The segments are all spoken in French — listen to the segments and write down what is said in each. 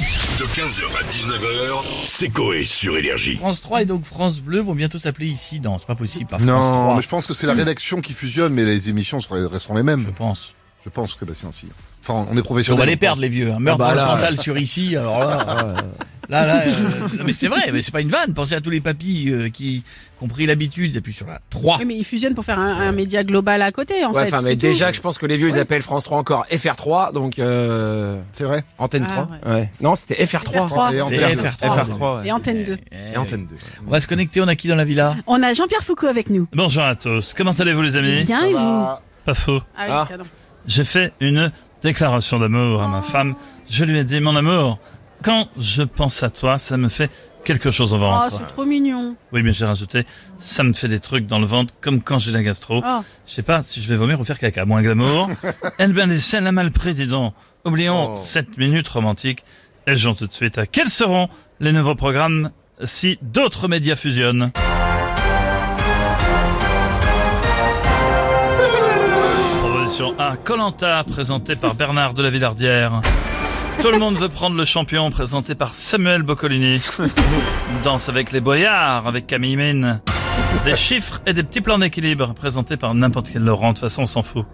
De 15h à 19h, c'est Coé sur Énergie. France 3 et donc France Bleu vont bientôt s'appeler ici. Non, c'est pas possible. Pas France Non, 3, mais je pense que c'est la rédaction qui fusionne, mais les émissions seraient- resteront les mêmes. je pense. Je pense, Sébastien, si. Enfin, on est On professionnels. va les on perdre, les vieux. Hein. Meurtre Ah bah dans le là. Cantal sur ici, alors là. Ah, euh, Là, là, euh, non, mais c'est vrai, mais c'est pas une vanne. Pensez à tous les papis euh, qui, qui ont pris l'habitude d'appuyer sur la 3. Oui, mais ils fusionnent pour faire un, un média global à côté, en Ah. ouais, fait. enfin, mais c'est déjà tout. que je pense que les vieux ils appellent France 3 encore FR3, donc euh... pense. C'est vrai. Antenne Ah, 3 ouais. ouais. Non, c'était FR3. FR3. Et C'est Antenne deux. FR3. FR3 ouais. Et Antenne 2. Eh et oui. Antenne 2. On va se connecter, on a qui dans la villa On a Jean-Pierre Foucault avec nous. Bonjour à tous, comment allez-vous les amis Bien, et vous Bah, Pas faux. Ah oui, Ah. pardon. J'ai fait une déclaration d'amour à ma femme. Je lui ai dit, mon amour, quand je pense à toi, ça me fait quelque chose au Oh, ventre. c'est trop mignon. Oui, mais j'ai rajouté, ça me fait des trucs dans le ventre, comme quand j'ai la gastro. Oh. Je sais pas si je vais vomir ou faire caca. Moins glamour. Elle ben, les elle a mal pris, dis donc. Oublions cette minute romantique. Et j'en tout de suite à quels seront les nouveaux programmes si d'autres médias fusionnent. Proposition 1, Colanta, présenté par Bernard de la Villardière. Tout le monde veut prendre le champion, présenté par Samuel Boccolini. Danse avec les boyards, avec Camille Mine. Des chiffres et des petits plans d'équilibre présentés par n'importe quel Laurent. De toute façon, on s'en fout.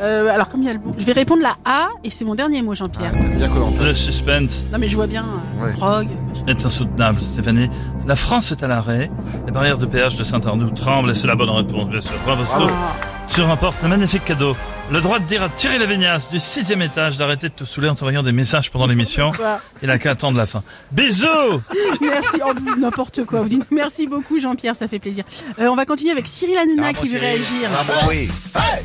Euh, alors, comme il y a le bon. Je vais répondre la A, et c'est mon dernier mot, Jean-Pierre. Ah. t'aimes bien Koh-Lanta. Le suspense Non, mais je vois bien. euh, Ouais. Drogue. machin. est insoutenable, Stéphanie. La France est à l'arrêt. Les barrières de péage de Saint-Arnoux tremblent et c'est la bonne réponse, bien sûr. Bravo, Sto. Oh. Tu remportes un magnifique cadeau. Le droit de dire à Thierry Lavignas du sixième étage d'arrêter de te saouler en t'envoyant des messages pendant l'émission. Voilà. Il a qu'à attendre la fin. Bisous Merci, oh, vous- n'importe quoi. Vous dites merci beaucoup, Jean-Pierre, ça fait plaisir. Euh, on va continuer avec Cyril Hanouna qui veut réagir. Ah,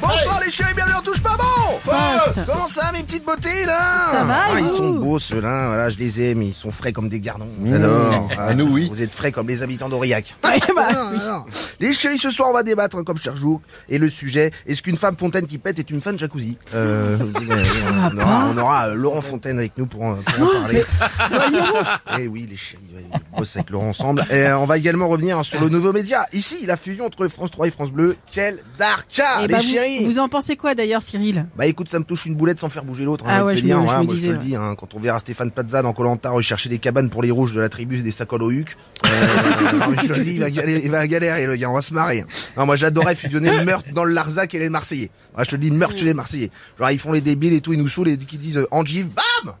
Bonsoir les chéris, bienvenue en touche pas bon Poste. Comment ça mes petites beautés là Ça va, Ah, et Ils vous sont beaux ceux-là, voilà, je les aime, ils sont frais comme des gardons. Mmh. J'adore. à nous, oui. Vous êtes frais comme les habitants d'Aurillac. Ouais, bah, Non, non, non. Les chéris, ce soir on va débattre hein, comme chaque jour. Et le sujet, est-ce qu'une femme fontaine qui pète est une femme jacuzzi euh, Ah euh, bah. on, aura, on aura, euh, Laurent Fontaine avec nous pour, en- pour en parler. Eh oui, les chéris, ouais, on bosse avec Laurent ensemble. Et euh, on va également revenir sur le nouveau média. Ici, la fusion entre France 3 et France Bleu. Quel darka, eh Ah, les bah, chéris vous, vous en pensez quoi d'ailleurs, Cyril bah écoute, ça me touche une boulette sans faire bouger l'autre. hein, Ah je ouais, te je dis, me- je voilà, me moi, disais, je te le dis, hein, quand on verra Stéphane Plaza dans Colanta rechercher des cabanes pour les rouges de la tribu des Sacoles au Huc, euh, non, mais je te le dis, il va, galérer, il va galérer, le gars, on va se marrer. Non, moi j'adorais fusionner le meurtre dans le Larzac et les Marseillais. Voilà, je te le dis, meurtre chez les Marseillais. Genre ils font les débiles et tout, ils nous saoulent et dès qu'ils disent euh, Angive, bam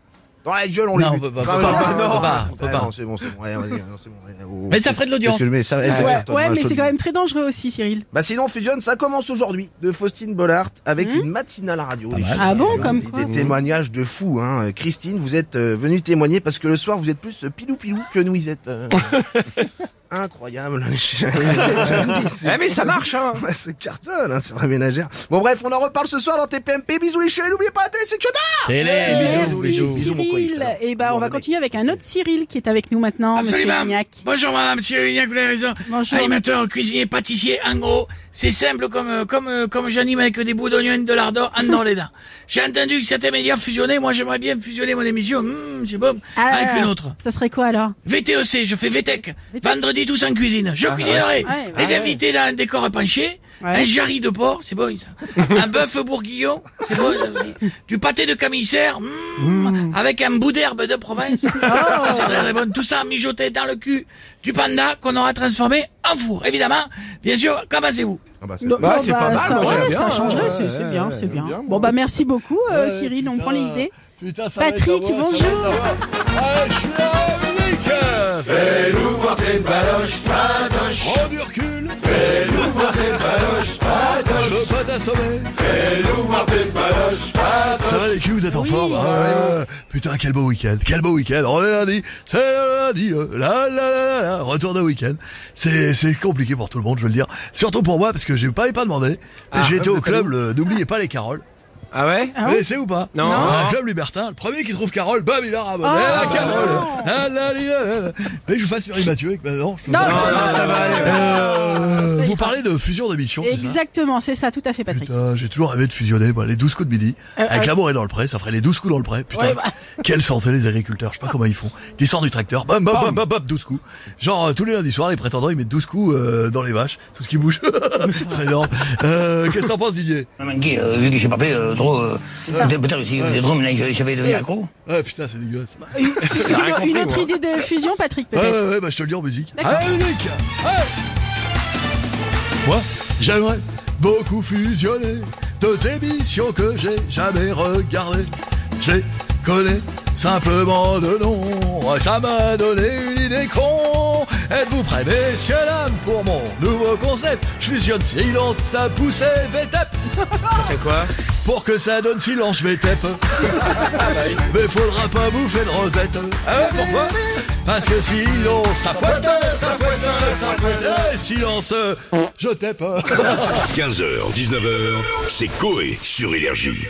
Dans la gueule, on Non, les on bute. peut pas, Ah, on peut ouais, pas, on non, peut pas, ah, on peut non, pas. c'est bon, c'est bon, ouais, vas-y, non, c'est bon, ouais, oh, Mais ça ferait de l'audience. Qu'est-ce que je mets Ça- ça- Ouais, toi, ouais, moi, je mais te c'est le quand dis. même très dangereux aussi, Cyril. Bah sinon Fusion, ça commence aujourd'hui de Faustine Bollard avec une matinale à la radio. les mal. chiens. Hmm Ah bon, comme des, quoi Des témoignages de fous. Hein. Euh, Christine, vous êtes euh, venue témoigner parce que le soir vous êtes plus euh, pilou pilou que nous êtes. euh. Incroyable. les chiens. Je vous dis, c'est- Eh mais ça marche hein bah, c'est cartonne hein, sur la ménagère. Bon bref, on en reparle ce soir dans TPMP. Bisous les chiens, et n'oubliez pas la télé, c'est que dalle C'est Eh, les Merci bisous, bisous. Bisous, mon coït, Cyril. là. Et bah, on va Bon, continuer avec un autre Cyril qui est avec nous maintenant, Ah, Monsieur Absolument. Lignac. Bonjour madame, monsieur Lignac, vous avez raison. Bonjour. Animateur, cuisinier, pâtissier, en gros, c'est simple comme euh, comme euh, comme j'anime avec des bouts d'oignon et de lardon en dans les dents. J'ai entendu que certains médias fusionnaient, moi j'aimerais bien fusionner mon émission, hmm, c'est bon, Ah. avec une autre. Ça serait quoi alors VTEC, E je fais VTEC, vendredi tous en cuisine. Je cuisinerai E Ah, Ouais, les ouais. invités dans un décor penché, Ouais. un jarry de porc, c'est bon ça, un bœuf bourguignon, c'est bon ça aussi, du pâté de commissaire, Mm. hmm, avec un bout d'herbe de province. Oh. Ça, c'est très, très bon. Tout ça mijoté dans le cul du panda qu'on aura transformé en four. Évidemment, bien sûr, qu'en pensez-vous Non, Bah, non, c'est pas mal, ça, moi, j'aime ouais, bien, ça hein. changerait, Ouais, c'est c'est ouais, bien, ouais, c'est bien. bien, Bon bah merci beaucoup euh, Cyril, on putain, prend l'idée. Putain, ça Patrick, bonjour. Ah, je suis là, Dominique Fais-nous voir tes baloches, patoches Prends du recul Fais-nous voir tes baloches, patoches Je veux pas t'assommer Fais-nous voir tes baloches, patoches Ça va les culs, vous êtes en forme hein Euh, Putain, quel beau week-end, quel beau week-end On est lundi, c'est le lundi euh, La la la la la, retour de week-end C'est c'est compliqué pour tout le monde, je veux le dire. Surtout pour moi, parce que j'ai pas, pas demandé. Ah, J'étais vous au êtes club, le- n'oubliez pas les caroles. Ah ouais Ah Vous ouais connaissez ou pas Non. C'est Ah, Ah. un club libertin. Le premier qui trouve Carole, bam, il a ramené. Ah, la Carole Ah, là, là, là, là. Mais je vous fasse Marie Mathieu avec maintenant. Non, non, non, ça va Euh, vous Ça ira. parlez de fusion d'émissions, c'est ça Exactement, c'est ça, tout à fait Patrick. Putain, j'ai toujours rêvé de fusionner moi, les 12 coups de midi Euh, avec euh. l'amour et dans le pré, ça ferait les 12 coups dans le pré. Putain, Ouais, bah. quelle santé les agriculteurs, je sais pas comment ils font. Ils sortent du tracteur, bam bam bam bam, bam 12 coups. Genre euh, tous les lundis soirs, les prétendants ils mettent 12 coups euh, dans les vaches, tout ce qui bouge. c'est très énorme. Euh, qu'est-ce que t'en penses Didier Vu que j'ai pas fait trop. euh, Peut-être si vous êtes drôle, mais là, j'avais devenu accro. Ah putain, c'est dégueulasse. Une, une- rien compris, une autre moi. Hein idée de fusion, Patrick, Ah peut-être ouais, ouais, bah je te le dis en musique. D'accord. Allez, Nick Moi, j'aimerais beaucoup fusionner deux émissions que j'ai jamais regardées. Je les connais simplement de nom. Ça m'a donné une idée con. Êtes-vous prêts, messieurs, dames, pour mon nouveau concept Je fusionne silence, ça pousse et VTEP. C'est quoi Pour que ça donne silence, je vais tep. Mais faudra pas bouffer de rosette. pourquoi Parce que sinon, Hein, ça fouette, ça fouette, ça fouette. Et silence, euh, je tape. 15h, 19h, c'est Coé sur Énergie.